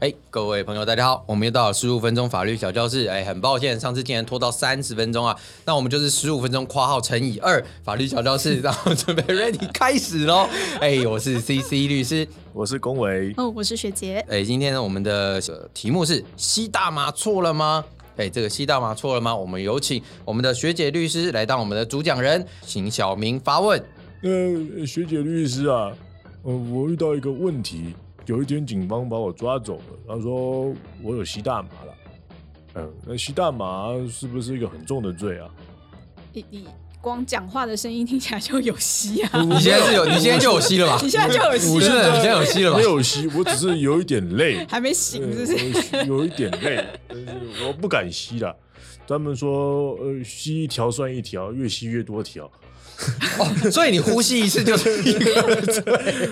哎，各位朋友，大家好，我们又到了十五分钟法律小教室。哎，很抱歉，上次竟然拖到三十分钟啊，那我们就是十五分钟括号乘以二法律小教室， 然后 准备 ready 开始喽。哎，我是 C C 律师。我是龚维，哦，我是学姐。哎，今天呢，我们的、呃题目是吸大麻错了吗？哎，这个吸大麻错了吗？我们有请我们的学姐律师来当我们的主讲人，请小明发问。呃，学姐律师啊，呃，我遇到一个问题，有一天警方把我抓走了，他说我有吸大麻了。嗯，那吸大麻是不是一个很重的罪啊？你你光讲话的声音听起来就有戏 啊！你现在 是有，你现在就有吸了吧？你现在就有我戏现了，在你现在有吸了吧没有吸，我只是有一点 累，还没醒是不是？呃我有一点累，但是我不敢吸了。他们说，呃，吸一条算一条，越吸越多条。哦，所以你呼吸一次 就是一个罪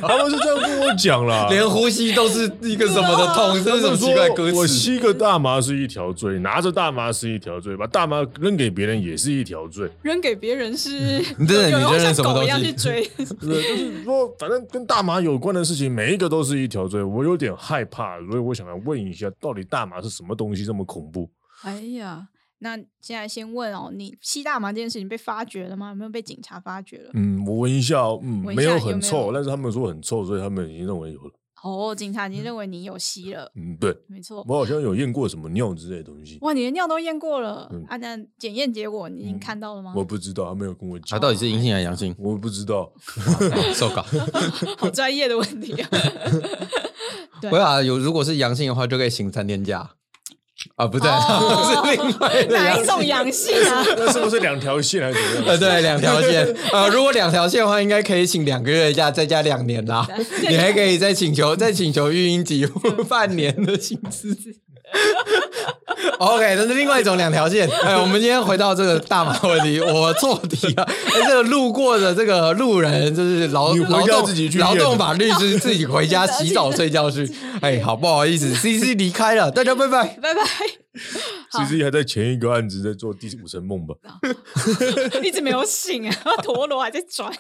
哦、，他们是这样跟我讲啦 连呼吸都是一个什么的痛，这是什么奇怪的歌我词？吸个大麻是一条罪，拿着大麻是一条罪，把大麻扔给别人也是一条罪。扔给别人 是，你真的有人你会真的像什么狗一样东西 去追。对，就是说，反正跟大麻有关的事情，每一个都是一条罪。我有点害怕，所以我想来问一下，到底大麻是什么东西这么恐怖？哎呀，那现在先问哦，你吸大麻这件事情被发觉了吗？有没有被警察发觉了？嗯，我闻一下哦，嗯，闻一下没有有很没有臭，但是他们说很臭，所以他们已经认为有了。哦，警察已经认为你有吸了，嗯，对，没错。我好像有验过什么尿之类的东西，哇，你的尿都验过了嗯啊？那检验结果你已经嗯看到了吗？我不知道，他没有跟我啊，讲，到底是阴性还是阳 性？我不知道。受稿。好专业的 问题啊！对不要啊，有如果是阳性的话，就可以请三天假。啊，不对，哦 是另外的哪阳一性。种阳性 啊？那是不是两条线还是怎么 呃，样？对，两条 线。呃，如果两条线的话，应该可以请两个月的假，再加两年啦。你还可以再请求， 再请求育婴及半年的薪 资。OK，这是另外一种两条线。哎，我们今天回到这个大麻问题，我错题 了。哎，这个路过的这个路人，就是劳你回劳家动自己去劳验动法律师 自己回家洗澡睡觉去。哎，好不好意 思，C C 离开了，大家拜拜。拜拜。其实还在前一个案子在做第五层梦吧。 一直没有醒啊，陀螺还在转。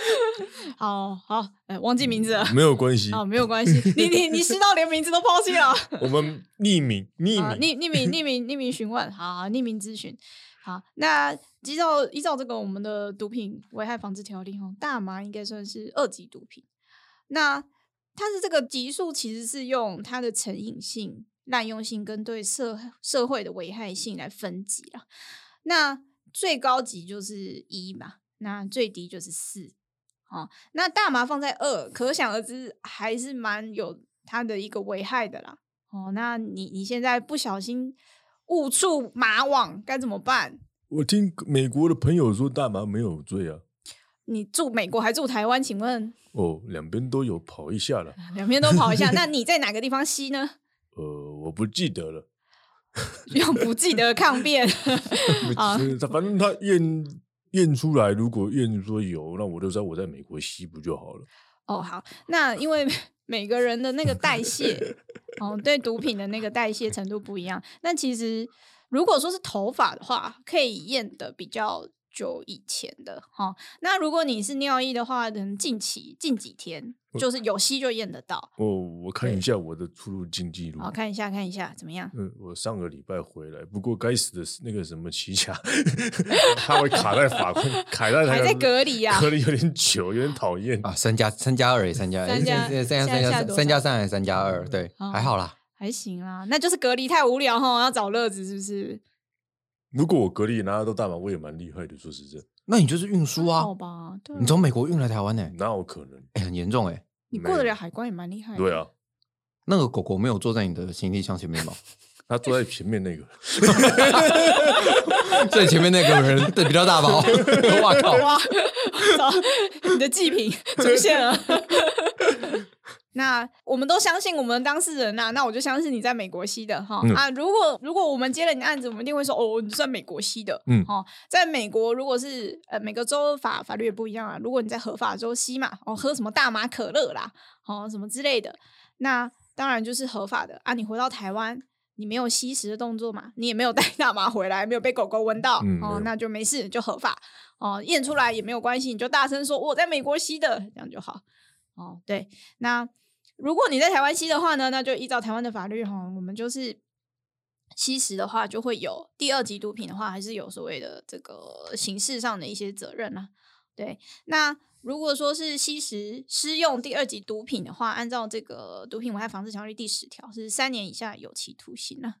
好好，哎、忘记名字了。没有关系，好，没有关系。你你你知道连名字都抛弃了？好我们匿名匿名。哦匿匿名匿名匿名询问，好，好匿名咨询。好，那依照依照这个我们的毒品危害防治条例，哈，大麻应该算是二级毒品。那它的这个级数其实是用它的成瘾性、滥用性跟对社社会的危害性来分级啦。那最高级就是一嘛，那最低就是四。哦，那大麻放在二，可想而知还是蛮有它的一个危害的啦。哦，那你你现在不小心误触麻网该怎么办？我听美国的朋友说大麻没有罪啊，你住美国还住台湾？请问哦，两边都有跑一下了。两边都跑一下，那你在哪个地方吸呢？呃，我不记得了，哦用不记得抗辩。 啊就是他反正他验验出来，如果验说有，那我就知道我在美国吸不就好了。哦，好，那因为 每个人的那个代谢，哦，对毒品的那个代谢程度不一样。那其实如果说是头发的话，可以验的比较久以前的哈、哦。那如果你是尿液的话，可能近期近几天就是有吸就验得到。哦，我看一下我的出入境记录好。看一下，看一下怎么样？嗯，我上个礼拜回来，不过该死的是那个什么奇甲， 他会卡在法官，卡在那还个在隔离啊呀、隔离有点久，有点讨厌。啊，三加三加二，三加三加三加三现在加现在多少三加三还是三加二？对，哦还好啦。还行啦，那就是隔离太无聊哈，要找乐子是不是？如果我隔离拿得到大麻，我也蛮厉害的。说实在，那你就是运输啊好，吧，对啊你从美国运来台湾呢、哪有可能？哎、很严重哎、你没过得有了海关也蛮厉害的。对啊，那个狗狗没有坐在你的行李箱前面吗？他坐在前面那 个，最前面那个人对比较大 包，哇靠！哇，糟，你的 祭品出现了。那我们都相信我们当事人呐、那我就相信你在美国吸的哈、嗯啊。如果如果我们接了你的案子，我们一定会说哦，你在美国吸的，嗯哦，在美国如果是呃每个州法法律也不一样啊，如果你在合法州吸嘛，哦喝什么大麻可乐啦，哦什么之类的，那当然就是合法的啊。你回到台湾，你没有吸食的动作嘛，你也没有带 大麻回来，没有被狗狗闻到，嗯没有哦，那就没事，就合法。哦，验出来也没有关系，你就大声说我在美国吸的，这样就好。哦，对，那如果你在台湾吸的话呢，那就依照台湾的法律哈，我们就是吸食的话，就会有第二级毒品的话，还是有所谓的这个刑事上的一些责任啦、啊对，那如果说是吸食施用第二级毒品的话，按照这个《毒品危害防治条例》第十条，是三年以下有期徒刑啊。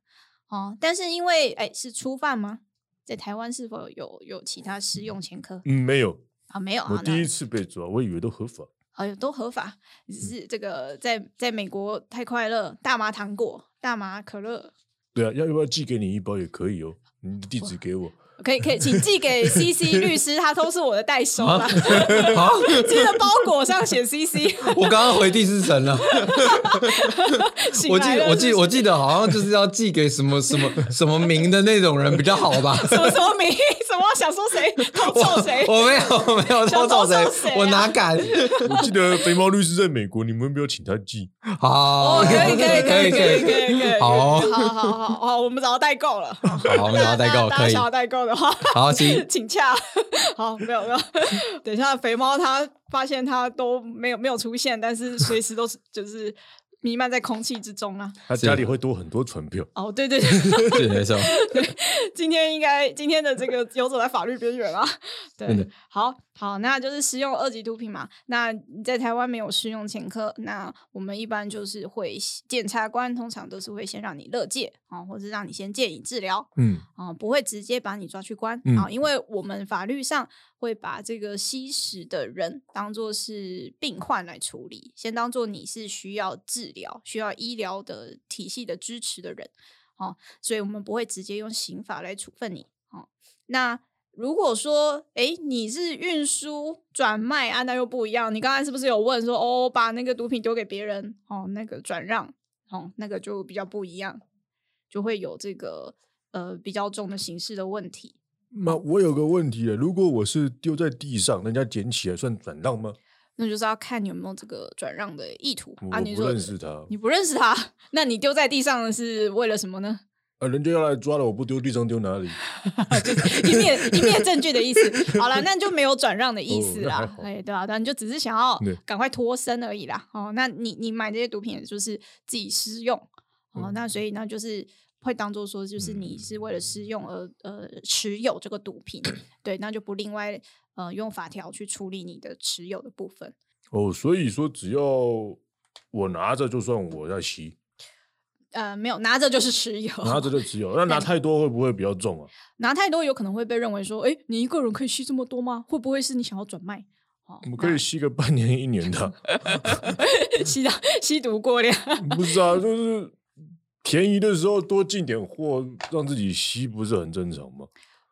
哦，但是因为哎是初犯吗？在台湾是否有有其他施用前科？嗯，没有，啊，没有。我啊，那第一次被抓，我以为都合法。哎呦，都合法，只嗯是这个在在美国太快乐，大麻糖果、大麻可乐，对啊，要不要寄给你一包也可以哦，你的地址给我。可以可以，请寄给 C C 律师，他都是我的代收啦。 好，记得包裹上写 C C，啊 我刚刚回第四层了。我记得，我记，我记得好像就是要寄给什么什么什么名的那种人比较好 吧。什么什么名，什么想说谁偷我凑谁，我没有没有偷想走偷谁走谁啊，我哪 敢？我记得肥猫律师在美国，你们有没有请他寄？好，哦，可以可以可以可以可以可以可以，好哦好好好好好，我们找到代购了。好，我们找到代购大家大可家以想。要代购的话， 好，行，请假。 好，没有没有。等一下，肥猫它发现它都没有没有出现，但是随时都是就是弥漫在空气之中啊。他家里会多很多传票。哦，对对对，是没错。 今天应该今天的这个游走在法律边缘啊。真的对，好好，那就是使用二级毒品嘛。那你在台湾没有试用前科，那我们一般就是会检察官通常都是会先让你乐戒啊、哦，或者让你先戒瘾治疗。嗯啊、不会直接把你抓去关啊、嗯因为我们法律上会把这个吸食的人当做是病患来处理，先当做你是需要治疗、需要医疗的体系的支持的人，哦，所以我们不会直接用刑法来处分你，哦，那。如果说，诶，你是运输转卖啊，那又不一样。你刚才是不是有问说，哦，把那个毒品丢给别人，哦，那个转让，哦，那个就比较不一样，就会有这个呃比较重的刑事的问题。那我有个问题了，啊如果我是丢在地上，人家捡起来算转让吗？那就是要看你有没有这个转让的意图我啊。你不说认识他，你不认识他， 那你丢在地上是为了什么呢？啊，人家要来抓了，我不丢地上丢哪里？ 一面一面证据的 意思。好了，那就没有转让的意思哦那还啦好。哎、对啊，但你就只是想要对赶快脱身而已啦。哦，那你你买这些毒品也就是自己私用哦，嗯那所以呢就是。会当做说，就是你是为了私用而、呃持有这个毒 品，对，那就不另外呃用法条去处理你的持有的部分。哦，所以说只要我拿着就算我在吸，呃，没有拿着就是持有，拿着就只 有，那拿太多会不会比较重啊？拿太多有可能会被认为说，哎，你一个人可以吸这么多吗？会不会是你想要转卖？哦我们可以吸个半年一年 的啊，那 吸到吸毒过量，不是啊，就是便宜的时候多进点货，让自己吸，不是很正常吗？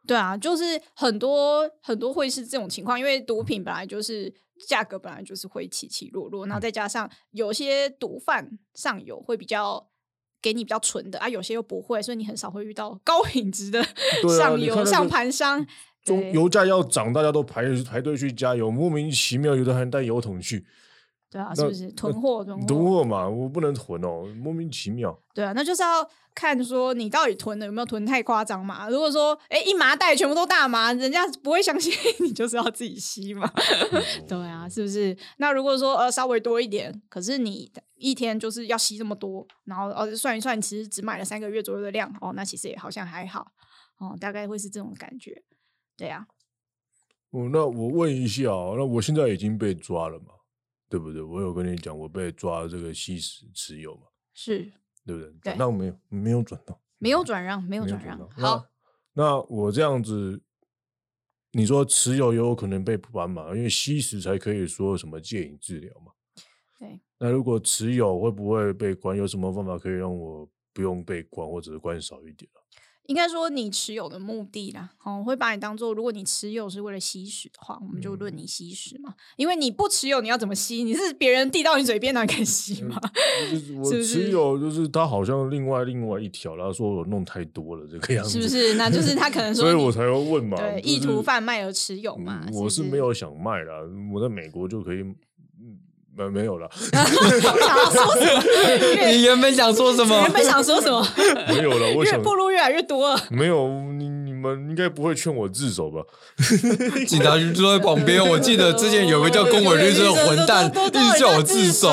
对啊，就是很多很多会是这种情况，因为毒品本来就是价格本来就是会起起落落，然嗯后再加上有些毒贩上游会比较给你比较纯的啊，有些又不会，所以你很少会遇到高品质的对啊 上你游、看那个嗯上盘商。中对油价要涨，大家都排排队去加油，莫名其妙有的还带油桶去对啊，那是不是囤货？囤囤货？货嘛，我不能囤哦，莫名其 妙。对啊，那就是要看说你到底囤的有没有囤太夸张嘛。如果说哎一麻袋全部都大麻，人家不会相信 你，就是要自己吸嘛。嗯对啊，是不是？那如果说呃稍微多一点，可是你一天就是要吸这么多，然后哦算一算，其实只买了三个月左右的量哦，那其实也好像还好哦，大概会是这种感觉。对啊，哦，那我问一下哦，那我现在已经被抓了嘛，对不对？我有跟你讲，我被抓这个吸食持有嘛，是对不对？对转让没有？没有转让，没有转让，没有没有转转让让。。好，那，那我这样子，你说持有也有可能被关嘛？因为吸食才可以说什么戒瘾治疗嘛。对。那如果持有会不会被关？有什么方法可以让我不用被关，或者是关少一点啊？应该说你持有的目的啦，哦，会把你当做，如果你持有是为了吸食的话，我们就论嗯你吸食嘛。因为你不持有，你要怎么吸？你是别人递到你嘴边，那你敢吸嗯 吗？就是我是不持是有，就是他好像另外另外一条，他说我弄太多了这个样子，是不？是？那就是他可能说嗯 所以你我才会问嘛，对就意图是贩卖而持有嘛嗯是我不是是没有想卖啦，我在美国就可以嗯没没有 了，想要说什么？你原本想说什你么原？本想说什么？没有 了。我越想步入越来越多了。没有你你们应该不会劝我自首 吧？警察局坐在旁边，我记得之前有个叫龚伟律师的混蛋，都一直叫我自首，，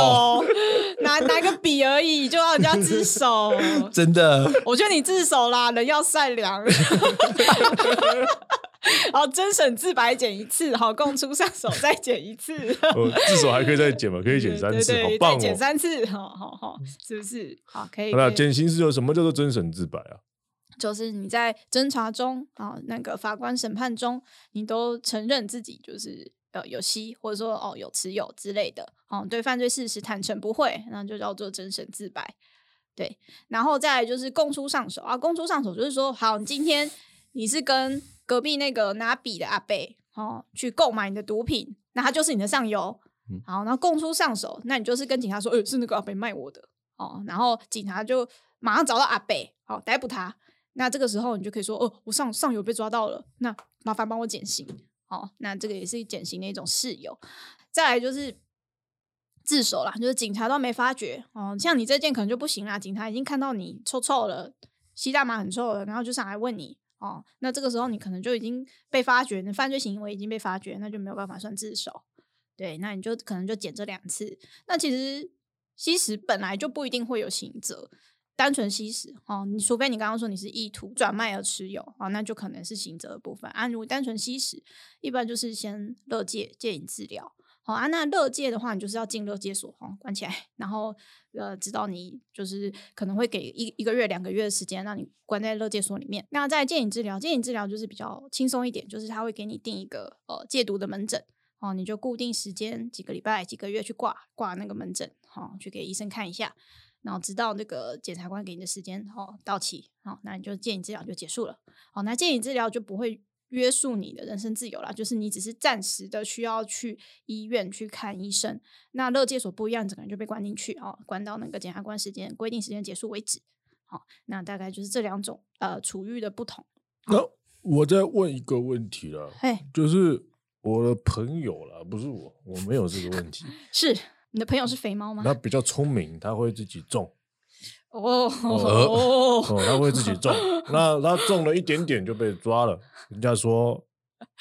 拿拿个笔而已，就让人家自首。真的。我觉得你自首啦，人要善良。然后真审自白减一次，好供出上手再减一次，呃，自首还可以再减嘛，可以减三次，对好对对棒再减哦！三次，好好好，是不是？好，可以。好了，可以减刑是有什么叫做真审自白啊？就是你在侦查中啊，那个法官审判中，你都承认自己就是呃有吸，或者说哦有持有之类的，哦对犯罪事实坦诚不讳，那就叫做真审自白。对，然后再来就是供出上手啊，供出上手就是说，好，你今天你是跟隔壁那个拿笔的阿贝哦去购买你的毒品，那他就是你的上游。嗯好，然后供出上手，那你就是跟警察说，呃，是那个阿北卖我的哦，然后警察就马上找到阿北，好、逮捕他。那这个时候你就可以说，哦，我上上游被抓到了，那麻烦帮我减刑。哦，那这个也是减刑的一种事由。再来就是自首啦，就是警察都没发觉哦，像你这件可能就不行啦，警察已经看到你臭臭了，吸大麻很臭了，然后就上来问你。哦，那这个时候你可能就已经被发觉，你的犯罪行为已经被发觉，那就没有办法算自首。对，那你就可能就减这两次。那其实吸食本来就不一定会有刑责，单纯吸食哦，你除非你刚刚说你是意图转卖而持有啊、哦，那就可能是刑责的部分啊。如果单纯吸食，一般就是先乐戒戒瘾治疗。好、啊，那乐戒的话，你就是要进乐戒所哦，关起来，然后呃，直到你就是可能会给一一个月、两个月的时间，让你关在乐戒所里面。那在戒瘾治疗，戒瘾治疗就是比较轻松一点，就是他会给你定一个呃戒毒的门诊，哦，你就固定时间几个礼拜、几个月去挂挂那个门诊，哦，去给医生看一下，然后直到那个检察官给你的时间哦到期，哦，那你就戒瘾治疗就结束了。哦，那戒瘾治疗就不会约束你的人身自由啦，就是你只是暂时的需要去医院去看医生。那乐戒所不一样，你整个人就被关进去哦，关到那个检察官时间规定时间结束为止。好、那大概就是这两种呃处遇的不同。那我再问一个问题了，嘿，就是我的朋友啦，不是我，我没有这个问 题。是你的朋友是肥猫吗？他比较聪明，他会自己种，哦哦哦， 哦，他会自己种。那他种了一点点就被抓了，人家说，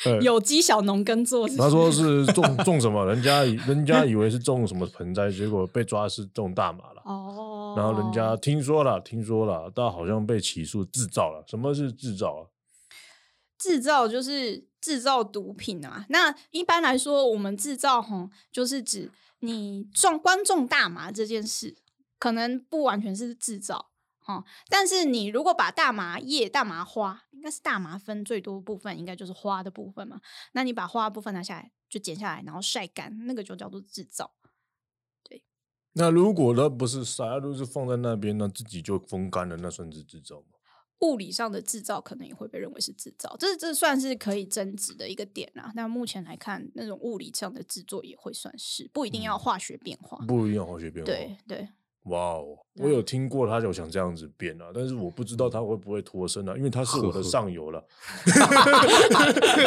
呃，有机小农耕作是不他是说是种种什么，人家以人家以为是种什么盆栽，结果被抓是种大麻了。哦，然后人家听说了，听说了，但好像被起诉制造了。什么是制造啊？制造就是制造毒品啊。那一般来说，我们制造吼，就是指你种观众大麻这件事，可能不完全是制造。哦，但是你如果把大麻叶、大麻花，应该是大麻分最多部分，应该就是花的部分嘛。那你把花的部分拿下来，就剪下来，然后晒干，那个就叫做制造。那如果它不是晒，它都是放在那边，那自己就风干了，那算是制造吗？物理上的制造可能也会被认为是制造，这这算是可以争执的一个点啊。那目前来看，那种物理上的制作也会算是，不一定要化学变化。不一样化学变化。对对，哇哦，我有听过他有想这样子变啊，但是我不知道他会不会脱身啊，因为他是我的上游了。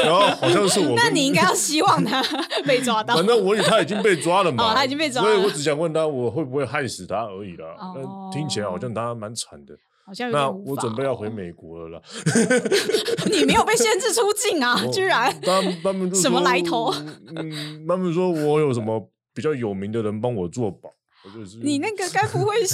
然后好像是我跟，那你应该要希望他 被抓 到。反正我也他已经被抓了嘛，哦他已经被抓了所以我只想问他我会不会害死他而已啦。那哦听起来好像他蛮惨的。好像有那点无我法准备哦要回，美国了啦。你没有被限制出境啊我， 嗯居然哦他们他们就什么说来头？嗯，他们说我有什么比较有名的人帮我做保，我就是你那个该不会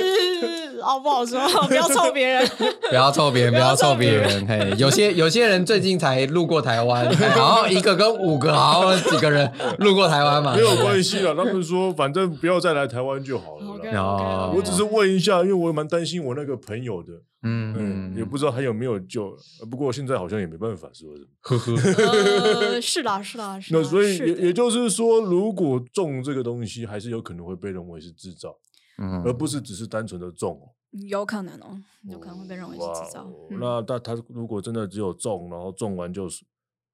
是哦不好说，不 要臭别 人。不要臭别人，不不要要臭臭别别人。嘿，有些有些人最近才路过台湾，嘿然后一个跟五个，然后几个人路过台湾嘛没。有关系啊了，他们说反正不要再来台湾就好了 OK，OK，啦。哦 OK 我只是问一下，因为我蛮担心我那个朋友的，嗯嗯，也不知道还有没有救了。呃不过现在好像也没办法说什么。呵呵，呃是啦是啦是啦。那所以是也的也就是说，如果种这个东西，还是有可能会被认为是制造，而嗯，不是只是单纯的种哦。有可能哦，有可能会被认为是制哇造哦。嗯那但他如果真的只有种，然后种完就是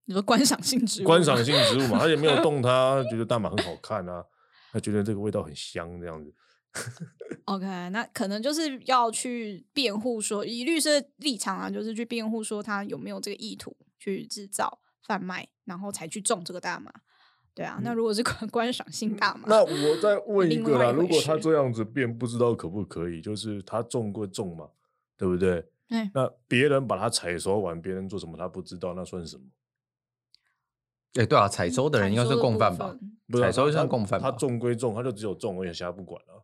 你说观赏性植物，观赏性植物嘛，他也没有动它，觉得大麻很好看啊，他觉得这个味道很香这样子。 OK，那可能就是要去辩护说，以律师的立场啊，就是去辩护说他有没有这个意图去制造、贩卖，然后才去种这个大麻。对啊，嗯那如果是观 观赏性大麻，那我 再问一另个外啦，一如回果他事这样子变，不知道可不可以？就是他种归种嘛，对不对？哎那别人把它采收完，别人做什么他不知道，那算什么？哎，对啊，采收的人应该是共犯吧？？不是啊采收他算他共犯他吧种归种，他就只有种而已，其他不管 了。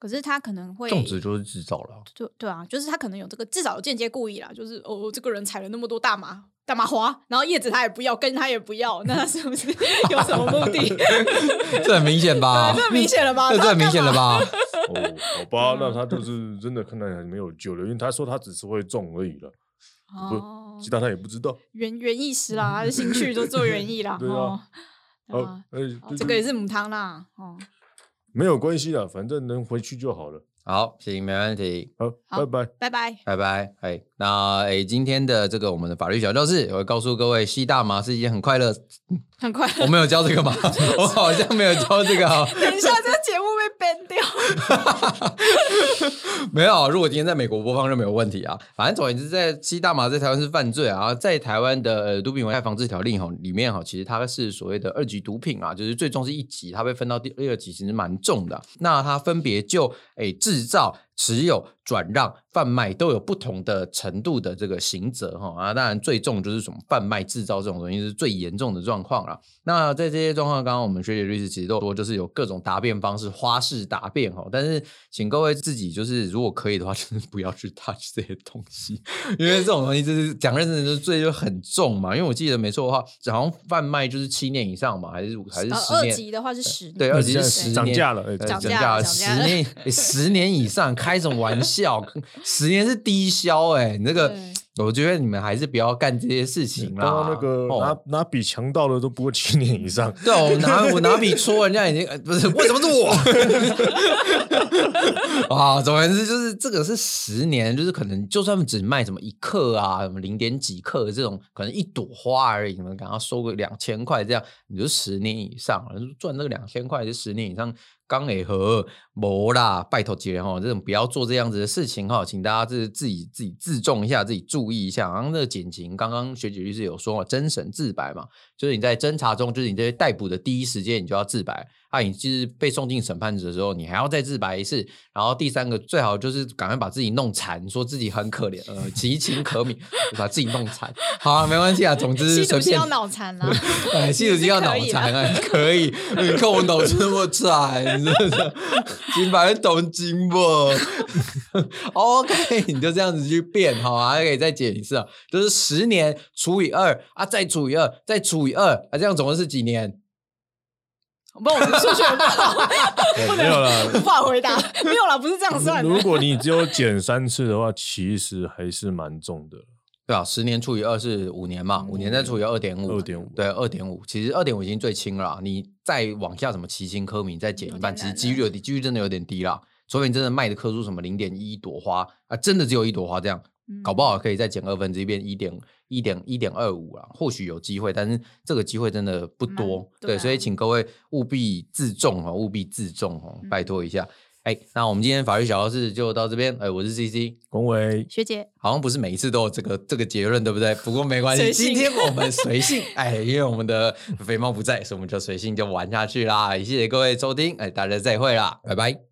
可是他可能会种植就是制造 了，对对啊，就是他可能有这个，至少有间接故意啦，就是哦，这个人采了那么多大麻大麻花，然后叶子他也不要，根他也不要，那他是不是 有什么目的？ 这很明显吧？这很明显了吧？啊这他这很明显了 吧？哦，好吧，嗯那他就是真的看来很没有救了，因为他说他只是会种而已了，干嘛？哦啊其，他他也不知道。园园艺师啦，他的兴趣就做园艺啦。对啊哦，对哦啊，哎哦就这个也是母汤啦。哦，没有关系啦，反正能回去就好了。好，行，没问题。好，好拜拜。拜拜。拜拜，哎，那哎，今天的这个我们的法律小教室，我会告诉各位，吸大麻是一件很快乐。嗯很快，我没有教这个吗？ 我好像没有教这个、哦，等一下这个节目被 ban 掉。 没有。如果今天在美国播放就没有问题啊。反正总而言之，在吸大麻在台湾是犯罪啊，在台湾的呃毒品危害防治条例吼里面哈，其实它是所谓的二级毒品啊，就是最重是一级，它被分到第二级，其实蛮重的啊。那它分别就诶制造、持有、转让、贩卖都有不同的程度的这个刑责哈啊。当然最重就是什么贩卖、制造这种东西是最严重的状况啊啦。那在这些状况，刚刚我们学姐律师其实都有说，就是有各种答辩方式、花式答辩哈。但是，请各位自己就是，如果可以的话， 就是不要去 touch 这些东西，因为这种东西就是讲认真的，就是罪就很重嘛。因为我记得没错的话，好像贩卖就是七年以上嘛，还是还是呃，十二年？级的话是十对，年，二那级呃现是在十涨年价了，哎呃涨涨价价了了涨价十了年、诶十年以上，开什么玩笑？十年是低消哎、你这个对我觉得你们还是不要干这些事情啦。刚刚那个哦拿拿笔强盗的都不过七年以 上，对啊，我拿我拿笔戳人家已经呃不是，为什么是我？ 啊，总而言之，就是这个是十年，就是可能就算只卖什么一克啊，什么零点几克这种，可能一朵花而已，你们给他收个两千块这样，你就十年以上了，赚那个两千块就十年以上。刚也和没啦，拜托杰人哈，这种不要做这样子的事情哈，请大家自自己自己自重一下，自己注意一下。然后那个减刑，刚刚学姐律师有说嘛，真审自白嘛，就是你在侦查中，就是你这些逮捕的第一时间，你就要自白啊。你就是被送进审判室的时候，你还要再自白一次。然后第三个，最好就是赶快把自己弄残，说自己很可怜， 呃，其情可悯，就把自己弄残。好、啊，没关系啊，总之吸随毒是便 要。脑残啦。哎，吸毒机要脑残啊，可以， 你看我脑这么残，是不是？金牌懂金不 ？OK，你就这样子去变好啊，还可以再减一次啊，就是十年除以二啊，再除以二，再除以二啊，这样总共是几年？不， 我们数学不好，哎没有啦。无法回答。没有啦，不是这样 算的。如果你只有减三次的话，其实还是蛮重的。对啊，十年除以二是五年嘛，五年再除以嗯二点五， 2.5对，二点五，其实二点五已经最轻了啦。你再往下什么七星科米再减一半，有点其实难几率有点几率真的有点低啦。除非你真的卖的颗数什么零点一朵花啊，真的只有一朵花这样，嗯搞不好可以再减二分之一，变一点一点一点二五啊，或许有机会，但是这个机会真的不蛮多，对啊对，所以请各位务必自重哦，务必自重哦，嗯拜托一下。哎、那我们今天法律小教室就到这边，哎，我是 C C，龚伟，学姐，好像不是每一次都有这个这个结论，对不对？不过没关系，随性今天我 们随性，哎，因为我们的肥猫不在，所以我们就随性就玩下去啦。谢谢各位收听，哎，大家再会啦，拜拜。